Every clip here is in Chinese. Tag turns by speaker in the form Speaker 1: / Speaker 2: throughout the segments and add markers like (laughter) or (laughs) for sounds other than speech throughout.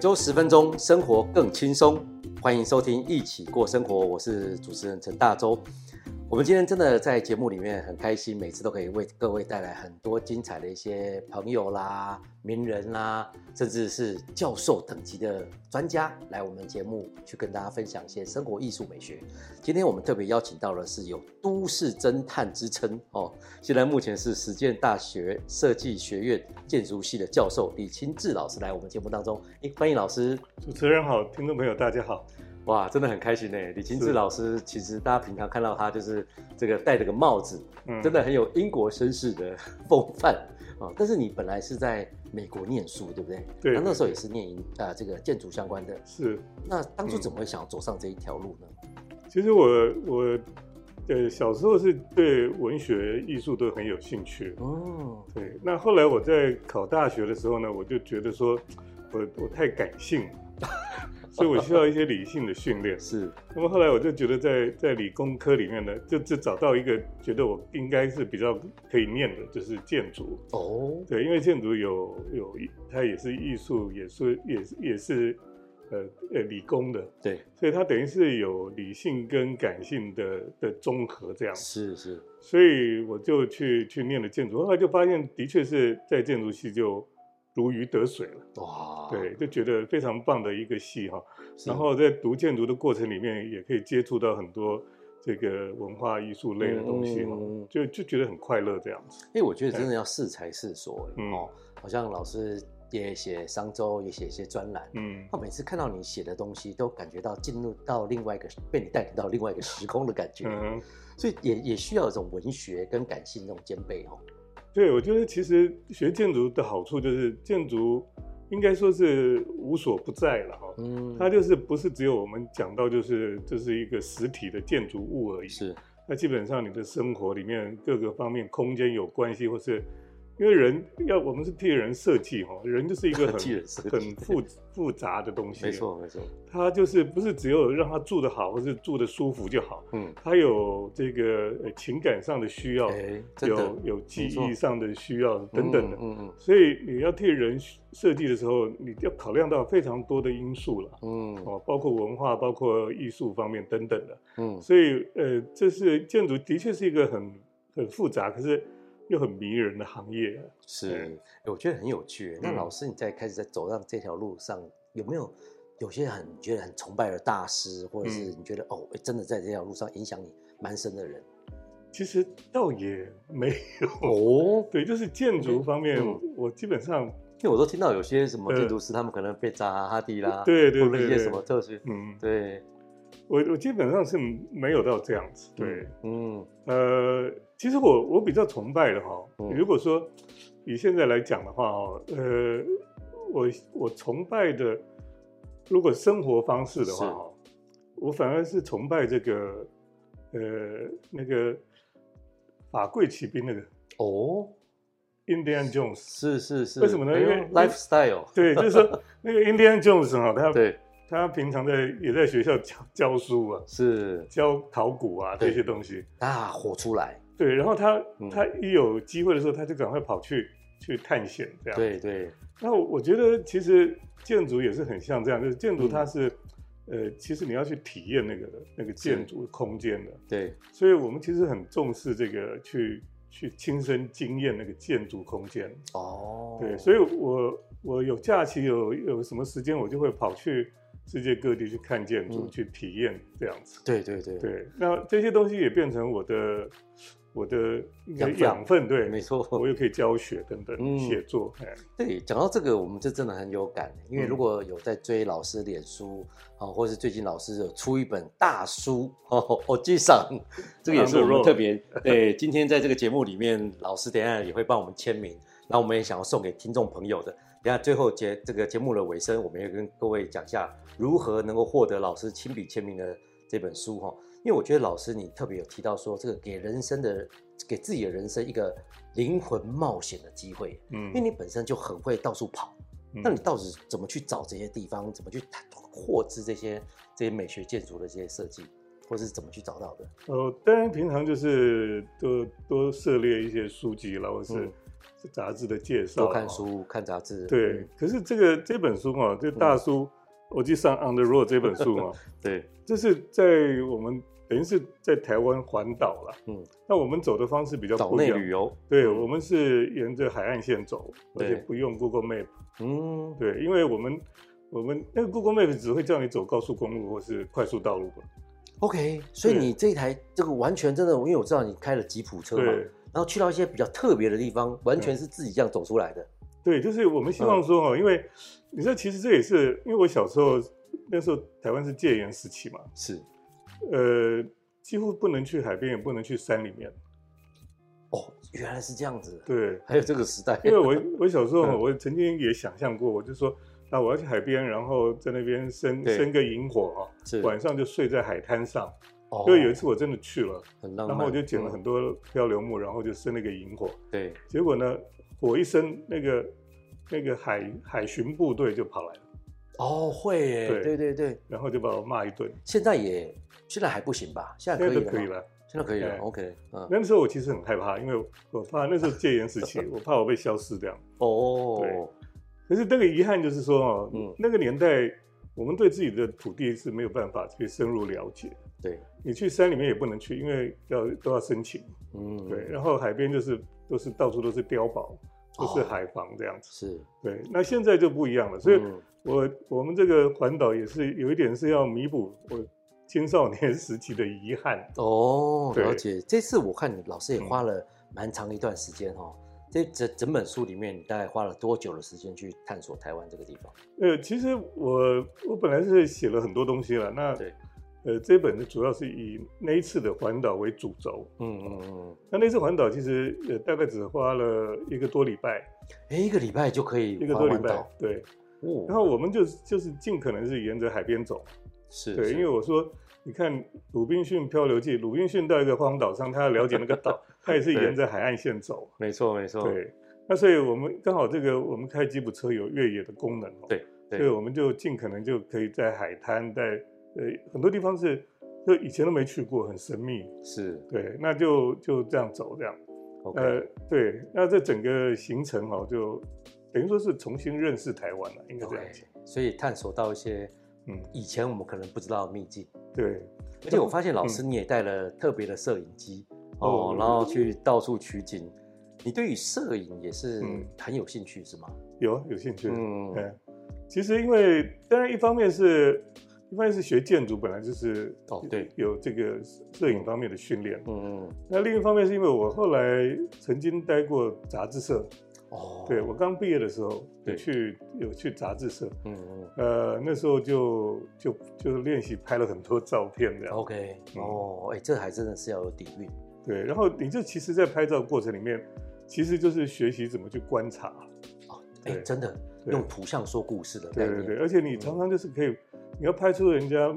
Speaker 1: 周十分钟，生活更轻松。欢迎收听《一起过生活》，我是主持人陈大洲。我们今天真的在节目里面很开心，每次都可以为各位带来很多精彩的一些朋友啦、名人啦，甚至是教授等级的专家来我们节目去跟大家分享一些生活艺术美学。今天我们特别邀请到的是有“都市侦探”之称哦，现在目前是实践大学设计学院建筑系的教授李清志老师来我们节目当中。哎，欢迎老师！
Speaker 2: 主持人好，听众朋友大家好。
Speaker 1: 哇，真的很开心呢。李清志
Speaker 2: 是
Speaker 1: 老师，其实大家平常看到他就是这个戴着个帽子，
Speaker 2: 嗯
Speaker 1: 真的很有英国绅士的 (laughs) 风范啊、但是你本来是在美国念书，对不对？
Speaker 2: 对
Speaker 1: 那那时候也是念营啊、这个建筑相关的。
Speaker 2: 是，
Speaker 1: 那当
Speaker 2: 嗯
Speaker 1: 初怎么会想要走上这一条路呢？
Speaker 2: 其实我我呃小时候是对文学艺术都很有兴趣。
Speaker 1: 哦，
Speaker 2: 对，那后来我在考大学的时候呢，我就觉得说我我太感性
Speaker 1: (laughs)
Speaker 2: 了，所以我需要一些理性的训练。
Speaker 1: 是
Speaker 2: 那么后来我就觉得在在理工科里面呢，就就找到一个觉得我应该是比较可以念的，就是建筑。
Speaker 1: 哦，
Speaker 2: 对，因为建筑有有它也是艺术，也是也是也是呃呃理工的。
Speaker 1: 对，
Speaker 2: 所以它等于是有理性跟感性的的综合这样，
Speaker 1: 是是，
Speaker 2: 所以我就去去念了建筑，后来就发现的确是在建筑系就如鱼得水了，
Speaker 1: 哇，
Speaker 2: 对，就觉得非常棒的一个系哈。
Speaker 1: 哦是，
Speaker 2: 然后在读建筑的过程里面，也可以接触到很多这个文化艺术类的东西哈，
Speaker 1: 嗯
Speaker 2: 就就觉得很快乐这样子。
Speaker 1: 哎，我觉得真的要适才适所、
Speaker 2: 嗯
Speaker 1: 哦。好像老师也写商周，也写一些专栏，
Speaker 2: 嗯，
Speaker 1: 我每次看到你写的东西，都感觉到进入到另外一个被你带领到另外一个时空的感觉，
Speaker 2: 嗯，
Speaker 1: 所以也也需要一种文学跟感性那种兼备哦。
Speaker 2: 对，我觉得其实学建筑的好处就是建筑应该说是无所不在了哈。
Speaker 1: 嗯
Speaker 2: 它就是不是只有我们讲到就是就是一个实体的建筑物而已，
Speaker 1: 是
Speaker 2: 那基本上你的生活里面各个方面空间有关系，或是因为人要我们是替人设计哈，人就是一个很
Speaker 1: (laughs) 替人设计
Speaker 2: 很复复杂的东西，
Speaker 1: 没，错没错，
Speaker 2: 它就是不是只有让他住得好或是住得舒服就好，
Speaker 1: 嗯，
Speaker 2: 他有这个呃情感上的需要，
Speaker 1: 哎，真的
Speaker 2: 有有记
Speaker 1: 没错
Speaker 2: 忆上的需要等等的，
Speaker 1: 嗯嗯
Speaker 2: 所以你要替人设计的时候，你要考量到非常多的因素了。
Speaker 1: 嗯嗯
Speaker 2: 哦，包括文化、包括艺术方面等等的。
Speaker 1: 嗯，
Speaker 2: 所以，呃，这是建筑的确是一个很很复杂，可是又很迷人的行业。啊
Speaker 1: 是
Speaker 2: 对，
Speaker 1: 哎我觉得很有趣。那
Speaker 2: 嗯
Speaker 1: 老师，你在开始在走上这条路上，有没有有些很你觉得很崇拜的大师，或者是
Speaker 2: 嗯
Speaker 1: 你觉得哦，哎真的在这条路上影响你蛮深的人？
Speaker 2: 其实倒也没有，
Speaker 1: 哦，
Speaker 2: 对，就是建筑方面，
Speaker 1: 嗯
Speaker 2: 我基本上，
Speaker 1: 因为我都听到有些什么
Speaker 2: 呃
Speaker 1: 建筑师，他们可能被扎哈迪啦，
Speaker 2: (laughs) 对对
Speaker 1: 或者一
Speaker 2: 对
Speaker 1: 些
Speaker 2: 对，
Speaker 1: 什么特殊，
Speaker 2: 嗯，
Speaker 1: 对，
Speaker 2: 我我基本上是没有到这样子。对，
Speaker 1: 嗯，
Speaker 2: 呃，其实我我比较崇拜的哈、
Speaker 1: 嗯
Speaker 2: 如果说以现在来讲的话哦，呃，我我崇拜的，如果生活方式的话
Speaker 1: 是
Speaker 2: 哦，我反而是崇拜这个，呃，那个法贵骑兵那个
Speaker 1: 哦，
Speaker 2: Indiana Jones。
Speaker 1: 是是是，
Speaker 2: 为什么呢
Speaker 1: 哎呦
Speaker 2: 因为
Speaker 1: lifestyle，
Speaker 2: 对，就是
Speaker 1: (laughs)
Speaker 2: 说那个 Indiana Jones 哈、他
Speaker 1: 对，
Speaker 2: 他平常在也在学校教教书啊，
Speaker 1: 是
Speaker 2: 教考古啊
Speaker 1: 对
Speaker 2: 这些东西。
Speaker 1: 大火出来，
Speaker 2: 对，然后他、
Speaker 1: 嗯
Speaker 2: 他一有机会的时候，他就赶快跑去去探险这样。，
Speaker 1: 对对，
Speaker 2: 那我觉得其实建筑也是很像这样，就是建筑
Speaker 1: 嗯
Speaker 2: 它是，呃，其实你要去体验那个那个建筑空间的，
Speaker 1: 对，
Speaker 2: 所以我们其实很重视这个去去亲身经验那个建筑空间。
Speaker 1: 哦，
Speaker 2: 对，所以我我有假期有有什么时间，我就会跑去世界各地去看建筑，
Speaker 1: 嗯
Speaker 2: 去体验这样子。
Speaker 1: 对对对，
Speaker 2: 对，那这些东西也变成我的我的应该
Speaker 1: 养分
Speaker 2: 养分，对，
Speaker 1: 没错，
Speaker 2: 我又可以教学等等、
Speaker 1: 嗯
Speaker 2: 写作，哎，
Speaker 1: 对，讲到这个，我们这真的很有感，因为
Speaker 2: 嗯
Speaker 1: 如果有在追老师脸书啊，或是最近老师有出一本大书哦，我记上，这个也是我
Speaker 2: On the
Speaker 1: 们
Speaker 2: road
Speaker 1: 特别对，今天在这个节目里面，老师等一下也会帮我们签名，那我们也想要送给听众朋友的。等一下最后节这个节目的尾声，我们也跟各位讲一下如何能够获得老师亲笔签名的这本书哈、因为我觉得老师你特别有提到说，这个给人生的给自己的人生一个灵魂冒险的机会。
Speaker 2: 嗯
Speaker 1: 因为你本身就很会到处跑，
Speaker 2: 嗯
Speaker 1: 那你到底怎么去找这些地方？怎么去探获知这些这些美学建筑的这些设计，或是怎么去找到的？
Speaker 2: 呃，当然平常就是多多涉猎一些书籍啦，或是
Speaker 1: 嗯
Speaker 2: 杂志的介绍，啊
Speaker 1: 多看。书、看杂志。
Speaker 2: 哦对
Speaker 1: 嗯，
Speaker 2: 可是这个这本书啊，这大叔，我记得上《On the Road》这本
Speaker 1: (laughs)
Speaker 2: 书啊，
Speaker 1: 对，
Speaker 2: 这是在我们等于是在台湾环岛了。
Speaker 1: 嗯，
Speaker 2: 那我们走的方式比较
Speaker 1: 岛
Speaker 2: 不一
Speaker 1: 内
Speaker 2: 样
Speaker 1: 旅。游，嗯
Speaker 2: 对，我们是沿着海岸线走，而且
Speaker 1: 对
Speaker 2: 不用 Google Map。
Speaker 1: 嗯，
Speaker 2: 对，因为我们我们那个 Google Map 只会叫你走高速公路或是快速道路嘛。
Speaker 1: OK，所以
Speaker 2: 对
Speaker 1: 你这一台这个完全真的，因为我知道你开了吉普车嘛，
Speaker 2: 对嗯
Speaker 1: 然后去到一些比较特别的地方，完全是自己这样走出来的。
Speaker 2: 对，就是我们希
Speaker 1: 嗯
Speaker 2: 望说哦，因为你知道，其实这也是因为我小时候那时候台湾是戒严时期嘛，
Speaker 1: 是
Speaker 2: 呃，几乎不能去海边，也不能去山里面。
Speaker 1: 哦，原来是这样子， (laughs)
Speaker 2: 对，
Speaker 1: 还有这个时代，
Speaker 2: 因为我我小时候
Speaker 1: 嗯
Speaker 2: 我曾经也想象过，我就说啊，我要去海边，然后在那边生
Speaker 1: 对
Speaker 2: 生个萤火啊，
Speaker 1: (laughs) 是
Speaker 2: 晚上就睡在海滩上。
Speaker 1: 哦
Speaker 2: 因为有一次我真的去了，
Speaker 1: 很浪漫，
Speaker 2: 然后我就捡了
Speaker 1: 嗯
Speaker 2: 很多漂流木，然后就生了个萤火。
Speaker 1: 对，
Speaker 2: 结果呢，火一生，那个那个海海巡部队就跑来了，
Speaker 1: 哦会耶，
Speaker 2: 对
Speaker 1: 对对对，
Speaker 2: 然后就把我骂一顿。
Speaker 1: 现在也现在还不行吧？现在
Speaker 2: 现
Speaker 1: 可
Speaker 2: 在
Speaker 1: 以
Speaker 2: 都
Speaker 1: 了，
Speaker 2: 可以，了。
Speaker 1: 现在可以了
Speaker 2: 对
Speaker 1: ，OK，嗯，
Speaker 2: 那时候我其实很害怕，因为我怕那时候戒严时
Speaker 1: (laughs)
Speaker 2: 期，我怕我被消失掉。
Speaker 1: 哦
Speaker 2: 对，可是那个遗憾就是说，哦，
Speaker 1: 嗯
Speaker 2: 那个年代我们对自己的土地是没有办法去深入了解。
Speaker 1: 对，
Speaker 2: 你去山里面也不能去，因为要都要申请。
Speaker 1: 嗯，
Speaker 2: 对，，然后海边就是都是到处都是碉堡，都是
Speaker 1: 哦
Speaker 2: 海防这样子。
Speaker 1: 是，
Speaker 2: 对，那现在就不一样了，所以
Speaker 1: 嗯
Speaker 2: 我我们这个环岛也是有一点是要弥补我青少年 (laughs) 时期的遗憾。
Speaker 1: 哦，
Speaker 2: 对
Speaker 1: 了解。这次我看你老师也
Speaker 2: 嗯
Speaker 1: 花了蛮长一段时间哦。这整整本书里面，你大概花了多久的时间去探索台湾这个地方？
Speaker 2: 呃，其实我我本来是写了很多东西了，那
Speaker 1: 对，
Speaker 2: 呃这本呢主要是以那一次的环岛为主轴。
Speaker 1: 嗯嗯嗯，
Speaker 2: 那那次环岛其实呃大概只花了一个多礼拜，
Speaker 1: 哎，一个礼拜就可以
Speaker 2: 一个多
Speaker 1: 环
Speaker 2: 礼
Speaker 1: 完
Speaker 2: 拜
Speaker 1: 岛，
Speaker 2: 对。
Speaker 1: 哦，
Speaker 2: 然后我们就是就是尽可能是沿着海边走，
Speaker 1: 是，
Speaker 2: 对，
Speaker 1: 是
Speaker 2: 因为我说，你看《鲁滨逊漂流记》，鲁滨逊到一个荒岛上，他要了解那
Speaker 1: (laughs)
Speaker 2: 个岛，他也是沿着海岸线走。
Speaker 1: 没错没错，
Speaker 2: 对，那所以我们刚好这个我们开吉普车有越野的功能哦，
Speaker 1: 对对
Speaker 2: 所以我们就尽可能就可以在海滩，在呃很多地方是就以前都没去过，很神秘。
Speaker 1: 是
Speaker 2: 对，那就就这样走这样。呃
Speaker 1: ，OK，，
Speaker 2: 对，那这整个行程哦，就等于说是重新认识台湾了，应该这样
Speaker 1: OK，
Speaker 2: 讲。
Speaker 1: 所以探索到一些
Speaker 2: 嗯，
Speaker 1: 以前我们可能不知道的秘境，
Speaker 2: 对。
Speaker 1: 而且我发现老师你也带了特别的摄影机
Speaker 2: 嗯哦
Speaker 1: 哦，然后去到处取景。你对于摄影也是
Speaker 2: 嗯
Speaker 1: 很有兴趣是吗？
Speaker 2: 有有兴趣。
Speaker 1: 嗯
Speaker 2: 嗯，其实因为当然一方面是，一方面是学建筑本来就是
Speaker 1: 哦对
Speaker 2: 有这个摄影方面的训练。
Speaker 1: 嗯嗯，
Speaker 2: 那另一方面是因为我后来曾经待过杂志社，
Speaker 1: 哦，
Speaker 2: 对我刚毕业的时候
Speaker 1: 对
Speaker 2: 有去有去杂志社，
Speaker 1: 嗯嗯
Speaker 2: 呃，那时候就就就练习拍了很多照片这样。
Speaker 1: ，OK，
Speaker 2: 嗯
Speaker 1: 哦，哎、这还真的是要有底蕴，
Speaker 2: 对，然后你就其实，在拍照过程里面，其实就是学习怎么去观察。
Speaker 1: 哎、
Speaker 2: 对
Speaker 1: 真的
Speaker 2: 对
Speaker 1: 用图像说故事的概
Speaker 2: 对
Speaker 1: 念，嗯
Speaker 2: 对对，而且你常常就是可以，你要拍出人家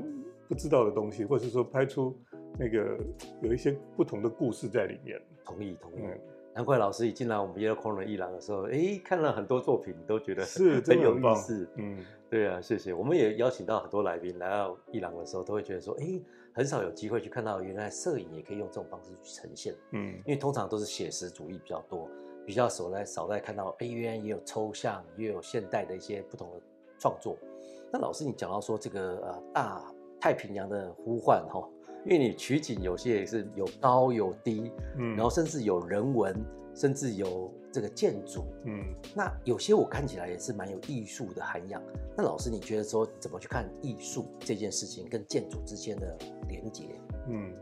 Speaker 2: 不知道的东西，或是说拍出那个有一些不同的故事在里面。
Speaker 1: 同意同意。
Speaker 2: 嗯，
Speaker 1: 难怪老师一进来我们 Yellow Corner 一栏的时候，哎、看了很多作品，都觉得
Speaker 2: 是
Speaker 1: (laughs) 很
Speaker 2: 真的
Speaker 1: 有
Speaker 2: 很
Speaker 1: 意
Speaker 2: 棒
Speaker 1: 思。
Speaker 2: 嗯，
Speaker 1: 对啊，谢谢。我们也邀请到很多来宾来到伊朗的时候，都会觉得说，哎、很少有机会去看到原来摄影也可以用这种方式去呈现，
Speaker 2: 嗯，
Speaker 1: 因为通常都是写实主义比较多，比较少来少来看到，哎、原来也有抽象，也有现代的一些不同的创作。那老师，你讲到说这个呃大太平洋的呼唤哈、哦，因为你取景有些也是有高有低，
Speaker 2: 嗯
Speaker 1: 然后甚至有人文，甚至有这个建筑，
Speaker 2: 嗯，
Speaker 1: 那有些我看起来也是蛮有艺术的涵养。那老师，你觉得说怎么去看艺术这件事情跟建筑之间的连结？
Speaker 2: 嗯，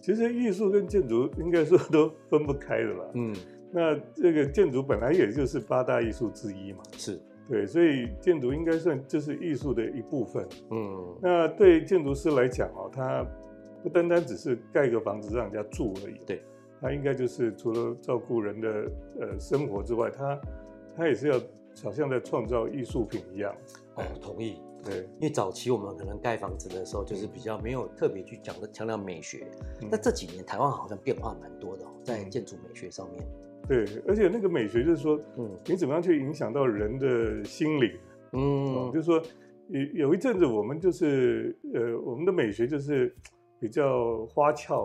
Speaker 2: 其实艺术跟建筑应该说都分不开的啦。
Speaker 1: 嗯，
Speaker 2: 那这个建筑本来也就是八大艺术之一嘛，
Speaker 1: 是，
Speaker 2: 对，所以建筑应该算就是艺术的一部分。
Speaker 1: 嗯，
Speaker 2: 那对建筑师来讲哦，他不单单只是盖个房子让人家住而已，
Speaker 1: 对，
Speaker 2: 他应该就是除了照顾人的呃生活之外，他他也是要好像在创造艺术品一样，
Speaker 1: 哦，同意。
Speaker 2: 对，
Speaker 1: 因为早期我们可能盖房子的时候，就是比较没有特别去讲的强调美学。
Speaker 2: 嗯
Speaker 1: 那这几年台湾好像变化蛮多的、哦，在
Speaker 2: 嗯
Speaker 1: 建筑美学上面。
Speaker 2: 对，而且那个美学就是说，
Speaker 1: 嗯
Speaker 2: 你怎么样去影响到人的心理，哦，
Speaker 1: 嗯，
Speaker 2: 就是说有有一阵子我们就是呃我们的美学就是比较花俏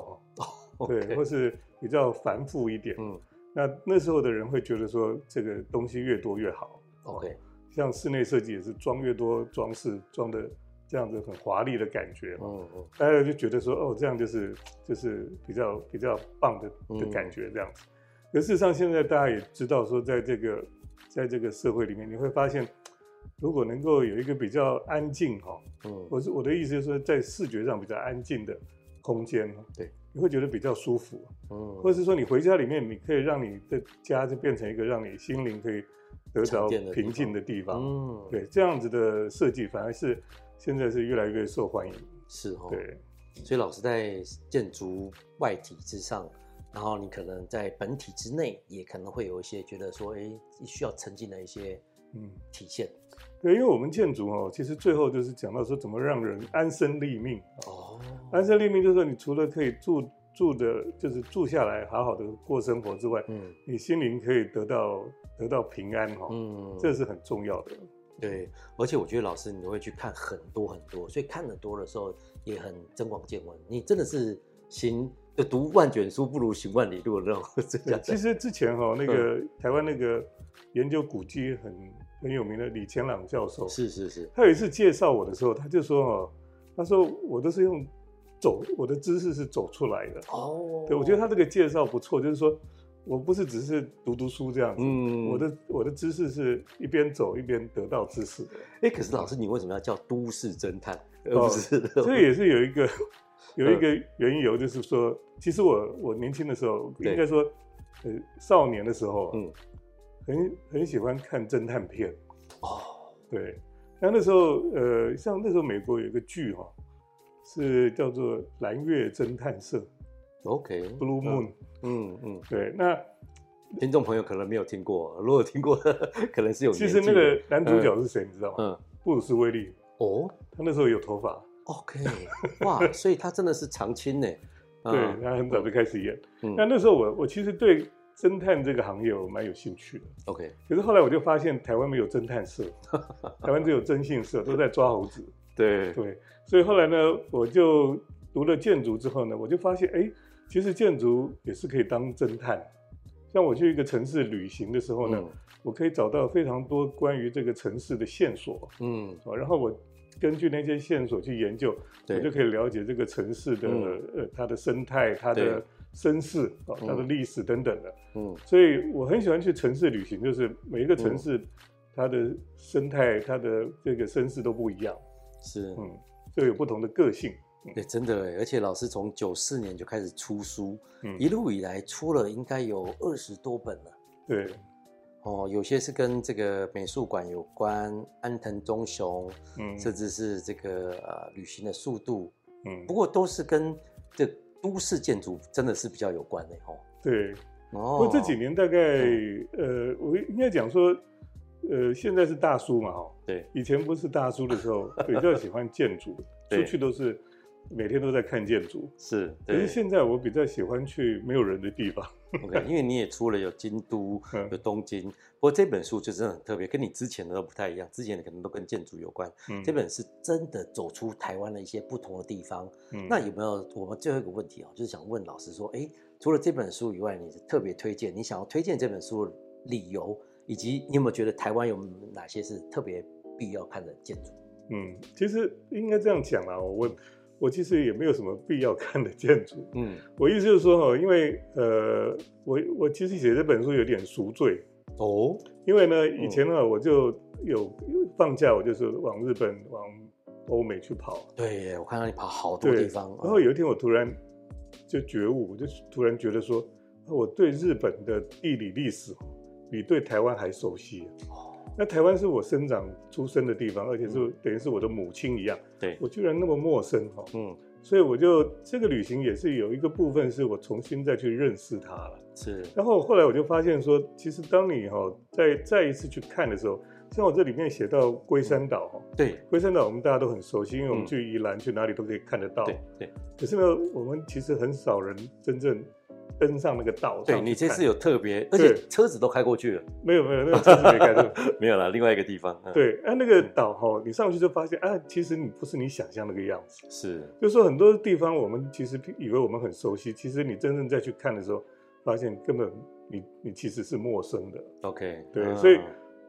Speaker 2: 哦，对，
Speaker 1: 嗯 OK
Speaker 2: 或是比较繁复一点，
Speaker 1: 嗯
Speaker 2: 那那时候的人会觉得说，这个东西越多越好。
Speaker 1: OK，
Speaker 2: 像室内设计也是装越多装饰，装的这样子很华丽的感觉嘛。
Speaker 1: 嗯嗯，
Speaker 2: 大家就觉得说，哦，这样就是就是比较比较棒的的
Speaker 1: 嗯
Speaker 2: 感觉这样子。可事实上，现在大家也知道说，在这个在这个社会里面，你会发现，如果能够有一个比较安静哈、哦，
Speaker 1: 嗯，
Speaker 2: 我是我的意思就是说，在视觉上比较安静的空间哦，
Speaker 1: 对，
Speaker 2: 你会觉得比较舒服，
Speaker 1: 嗯，
Speaker 2: 或者是说你回家里面，你可以让你的家就变成一个让你心灵可以得
Speaker 1: 沉
Speaker 2: 着
Speaker 1: 淀的地
Speaker 2: 平静
Speaker 1: 方
Speaker 2: 的地方。
Speaker 1: 嗯，
Speaker 2: 对，这样子的设计反而是现在是越来越受欢迎。
Speaker 1: 是哦，
Speaker 2: 对，
Speaker 1: 所以老师在建筑外体之上，然后你可能在本体之内，也可能会有一些觉得说，哎、需要沉浸的一些
Speaker 2: 嗯，
Speaker 1: 体现。
Speaker 2: 对，因为我们建筑哦，其实最后就是讲到说怎么让人安身立命。
Speaker 1: 哦，
Speaker 2: 安身立命就是说，你除了可以住住的，就是住下来好好的过生活之外，
Speaker 1: 嗯
Speaker 2: 你心灵可以得到得到平安哈、哦，
Speaker 1: 嗯，
Speaker 2: 这是很重要的。
Speaker 1: 对，而且我觉得老师你会去看很多很多，所以看得多的时候也很增广见闻。你真的是行就读万卷书不如行万里路的那嗯种 (laughs) 这
Speaker 2: 对
Speaker 1: 样，子。
Speaker 2: 其实之前哈、哦那个台湾那个研究古迹很很有名的李乾朗教授，
Speaker 1: 是是是，
Speaker 2: 他有一次介绍我的时候，他就说哦，他说我都是用走，我的知识是走出来的。
Speaker 1: 哦，
Speaker 2: 对，我觉得他这个介绍不错，就是说我不是只是读读书这样子，
Speaker 1: 嗯
Speaker 2: 我的我的知识是一边走一边得到知识的，
Speaker 1: 哎，可是老师你为什么要叫都市侦探，而
Speaker 2: 哦
Speaker 1: 不是那种？
Speaker 2: 这也是有一个有一
Speaker 1: 嗯
Speaker 2: 个缘由，就是说，其实我我年轻的时候，
Speaker 1: 对
Speaker 2: 应该说，呃，少年的时候，
Speaker 1: 嗯
Speaker 2: 嗯，很很喜欢看侦探片，
Speaker 1: 哦，
Speaker 2: 对，那那时候，呃，像那时候美国有一个剧哈、是叫做《蓝月侦探社》
Speaker 1: (laughs) OK，
Speaker 2: （Blue Moon）。
Speaker 1: 嗯嗯，
Speaker 2: 对，那
Speaker 1: 听众朋友可能没有听过，如果有听过 (laughs) 的，可能是有
Speaker 2: 其
Speaker 1: 年
Speaker 2: 实
Speaker 1: 纪
Speaker 2: 那
Speaker 1: 的
Speaker 2: 个男主角是谁，你知道吗？
Speaker 1: 嗯
Speaker 2: 布鲁斯威利，
Speaker 1: 哦
Speaker 2: 他那时候有头发，
Speaker 1: ，OK，哇，所以他真的是常青呢。
Speaker 2: (laughs) 对，他很早就开始演。
Speaker 1: 啊嗯
Speaker 2: 那那时候我我其实对侦探这个行业我蛮有兴趣的，
Speaker 1: ，OK，
Speaker 2: 可是后来我就发现台湾没有侦
Speaker 1: (laughs)
Speaker 2: 探社，台湾只有征信社，都在抓猴子。
Speaker 1: 对，
Speaker 2: 对，所以后来呢，我就读了建筑之后呢，我就发现，哎，其实建筑也是可以当侦探。像我去一个城市旅行的时候呢，
Speaker 1: 嗯
Speaker 2: 我可以找到非常多关于这个城市的线索，
Speaker 1: 嗯，
Speaker 2: 啊，然后我根据那些线索去研究，我
Speaker 1: 对
Speaker 2: 就可以了解这个城市的、
Speaker 1: 嗯
Speaker 2: 呃它的生态、它
Speaker 1: 对
Speaker 2: 的身世啊、它的
Speaker 1: 嗯
Speaker 2: 历史等等的。
Speaker 1: 嗯
Speaker 2: 所以我很喜欢去城市旅行，就是每一个城
Speaker 1: 嗯
Speaker 2: 市、它的生态、它的这个身世都不一样。，
Speaker 1: 是，
Speaker 2: 嗯，就有不同的个性。
Speaker 1: 对，真的欸耶，而且老师从九四年就开始出书，
Speaker 2: 嗯，
Speaker 1: 一路以来出了应该有二十多本了。
Speaker 2: 对，
Speaker 1: 哦，有些是跟这个美术馆有关，安藤忠雄，
Speaker 2: 嗯，
Speaker 1: 甚至是这个呃旅行的速度，
Speaker 2: 嗯
Speaker 1: 不，过都是跟这都市建筑真的是比较有关的哦。
Speaker 2: 对。
Speaker 1: 哦，嗯
Speaker 2: 不过这几年大概，呃，我应该讲说，呃，现在是大叔嘛，哈，
Speaker 1: 对
Speaker 2: 以前不是大叔的时候，比较喜欢建筑，
Speaker 1: (laughs) 对
Speaker 2: 出去都是每天都在看建筑。
Speaker 1: 是，
Speaker 2: 可是现在我比较喜欢去没有人的地方。
Speaker 1: OK，因为你也出了有京都
Speaker 2: (laughs) 嗯，
Speaker 1: 有东京，不过这本书就真的很特别，跟你之前的都不太一样，之前的可能都跟建筑有关，
Speaker 2: 嗯
Speaker 1: (laughs) 这，本是真的走出台湾的一些不同的地方。
Speaker 2: 嗯
Speaker 1: 那有没有我们最后一个问题啊、就是想问老师说，哎，除了这本书以外，你特别推荐，你想要推荐这本书的理由，以及你有没有觉得台湾有哪些是特别必要看的建筑？
Speaker 2: 嗯，其实应该这样讲啦，我我其实也没有什么必要看的建筑。
Speaker 1: 嗯，
Speaker 2: 我意思就是说，哈，哦因为呃，我我其实写这本书有点赎罪，
Speaker 1: 哦，
Speaker 2: 因为呢，以前
Speaker 1: 嗯
Speaker 2: 呢，我就有放假，我就是往日本、往欧美去跑，
Speaker 1: 对耶，我看到你跑好多地方，嗯
Speaker 2: 然后有一天我突然就觉悟，我就突然觉得说，啊我对日本的地理历史比对台湾还熟悉。啊
Speaker 1: 哦嗯
Speaker 2: 那台湾是我生长出生的地方，而且是等于是我的母亲一样，
Speaker 1: 对，
Speaker 2: 我居然那么陌生哈。
Speaker 1: 嗯，
Speaker 2: 所以我就这个旅行也是有一个部分是我重新再去认识它了。
Speaker 1: 是，
Speaker 2: 然后后来我就发现说，其实当你哈、再再一次去看的时候，像我这里面写到龟山岛哈、
Speaker 1: 对，
Speaker 2: 龟山岛我们大家都很熟悉，因为我
Speaker 1: 嗯
Speaker 2: 们去宜兰、去哪里都可以看得到。
Speaker 1: 对，对，
Speaker 2: 可是呢，我们其实很少人真正登上那个岛上去
Speaker 1: 对
Speaker 2: 看。
Speaker 1: 你这次有特别，而
Speaker 2: 对
Speaker 1: 且车子都开过去了，
Speaker 2: 没有没有那个车子没看到？
Speaker 1: (laughs) 没有啦，另外一个地方，嗯，
Speaker 2: 对，啊，那个岛哈、你上去就发现啊，其实你不是你想象那个样子。
Speaker 1: 是，
Speaker 2: 就是说很多地方我们其实以为我们很熟悉，其实你真正再去看的时候，发现根本你你其实是陌生的。
Speaker 1: OK，
Speaker 2: 对
Speaker 1: 嗯
Speaker 2: 所以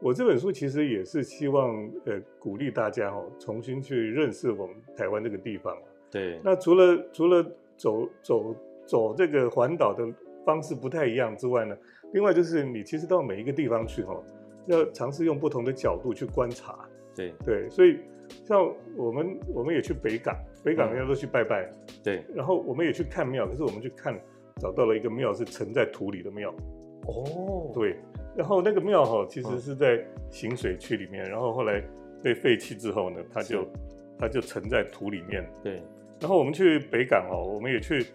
Speaker 2: 我这本书其实也是希望呃鼓励大家哦，重新去认识我们台湾这个地方。
Speaker 1: 对，
Speaker 2: 那除了除了走走走这个环岛的方式不太一样之外呢，另外就是你其实到每一个地方去哈、哦，要尝试用不同的角度去观察。
Speaker 1: 对
Speaker 2: 对，所以像我们我们也去北港，北
Speaker 1: 嗯
Speaker 2: 港人家都去拜拜，
Speaker 1: 对，
Speaker 2: 然后我们也去看庙，可是我们去看找到了一个庙是沉在土里的庙，
Speaker 1: 哦，
Speaker 2: 对，然后那个庙哈、其实是在行水区里面，然后后来被废弃之后呢，它就是它就沉在土里面。
Speaker 1: 对，
Speaker 2: 然后我们去北港哦，我们也去，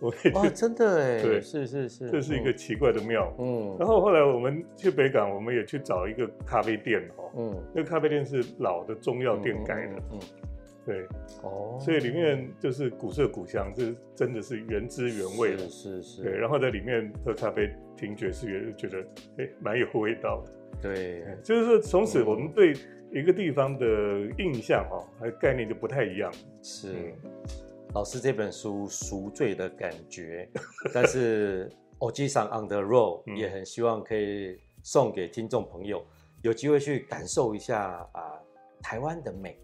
Speaker 2: 我们也
Speaker 1: 哇，
Speaker 2: 去，
Speaker 1: 真
Speaker 2: (laughs)
Speaker 1: 的哎，
Speaker 2: 对
Speaker 1: 是是是，
Speaker 2: 这是一个奇怪的庙。
Speaker 1: 嗯，嗯
Speaker 2: 然后后来我们去北港，我们也去找一个咖啡店哦，
Speaker 1: 嗯，
Speaker 2: 那个咖啡店是老的中药
Speaker 1: 嗯
Speaker 2: 店改的，，
Speaker 1: 嗯，嗯
Speaker 2: 对，
Speaker 1: 嗯哦，
Speaker 2: 所以里面就是古色古香，这真的是原汁原味的
Speaker 1: 是。是是，
Speaker 2: 对，然后在里面喝咖啡、听爵士乐，就觉得哎，蛮有味道的。
Speaker 1: 对
Speaker 2: 哎就是说，从此
Speaker 1: 嗯
Speaker 2: 我们对一个地方的印象哦，还有概念就不太一样。
Speaker 1: 是。嗯老师这本书赎罪的感觉，但
Speaker 2: (laughs)
Speaker 1: 是我记上 on the road、
Speaker 2: 嗯
Speaker 1: 也很希望可以送给听众朋友，有机会去感受一下啊、台湾的美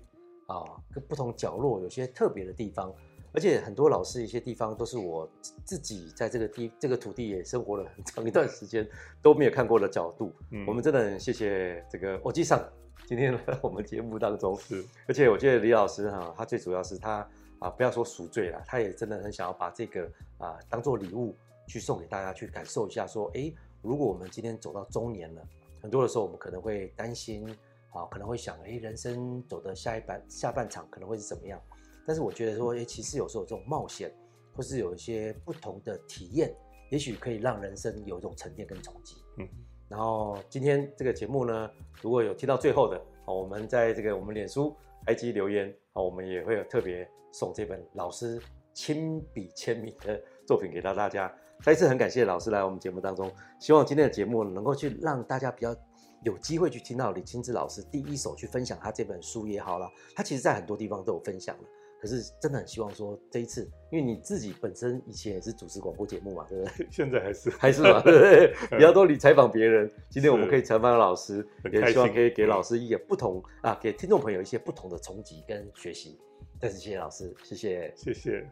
Speaker 1: 啊，各不同角落有些特别的地方，而且很多老师一些地方都是我自自己在这个地这个土地也生活了很长一段时间都没有看过的角度，
Speaker 2: 嗯
Speaker 1: 我们真的很谢谢这个我记上今天来到我们节目当中。
Speaker 2: 是
Speaker 1: 而且我觉得李老师哈、他最主要是他啊，不要说赎罪了，他也真的很想要把这个啊当做礼物去送给大家，去感受一下说，诶，如果我们今天走到中年了，很多的时候我们可能会担心啊，可能会想，诶，人生走的下一半下半场可能会是怎么样？但是我觉得说，诶，其实有时候有这种冒险，或是有一些不同的体验，也许可以让人生有一种沉淀跟冲击。
Speaker 2: 嗯，
Speaker 1: 然后今天这个节目呢，如果有听到最后的，好，我们在这个我们脸书、IG 留言，好，我们也会有特别送这本老师亲笔签名的作品给到大家。再一次很感谢老师来我们节目当中，希望今天的节目能够去让大家比较有机会去听到李清志老师第一手去分享他这本书也好啦，他其实在很多地方都有分享了。可是真的很希望说这一次，因为你自己本身以前也是主持广播节目嘛，对不对？
Speaker 2: 现在还是
Speaker 1: 还是
Speaker 2: (laughs)
Speaker 1: 嘛，对不对？比较多理采访别人。今天我们
Speaker 2: 是
Speaker 1: 可以采访老师，
Speaker 2: 很
Speaker 1: 也
Speaker 2: 开
Speaker 1: 希望
Speaker 2: 心嗯
Speaker 1: 可以给老师一些不同啊，给听众朋友一些不同的冲击跟学习。再次谢谢老师，谢谢。
Speaker 2: 谢谢。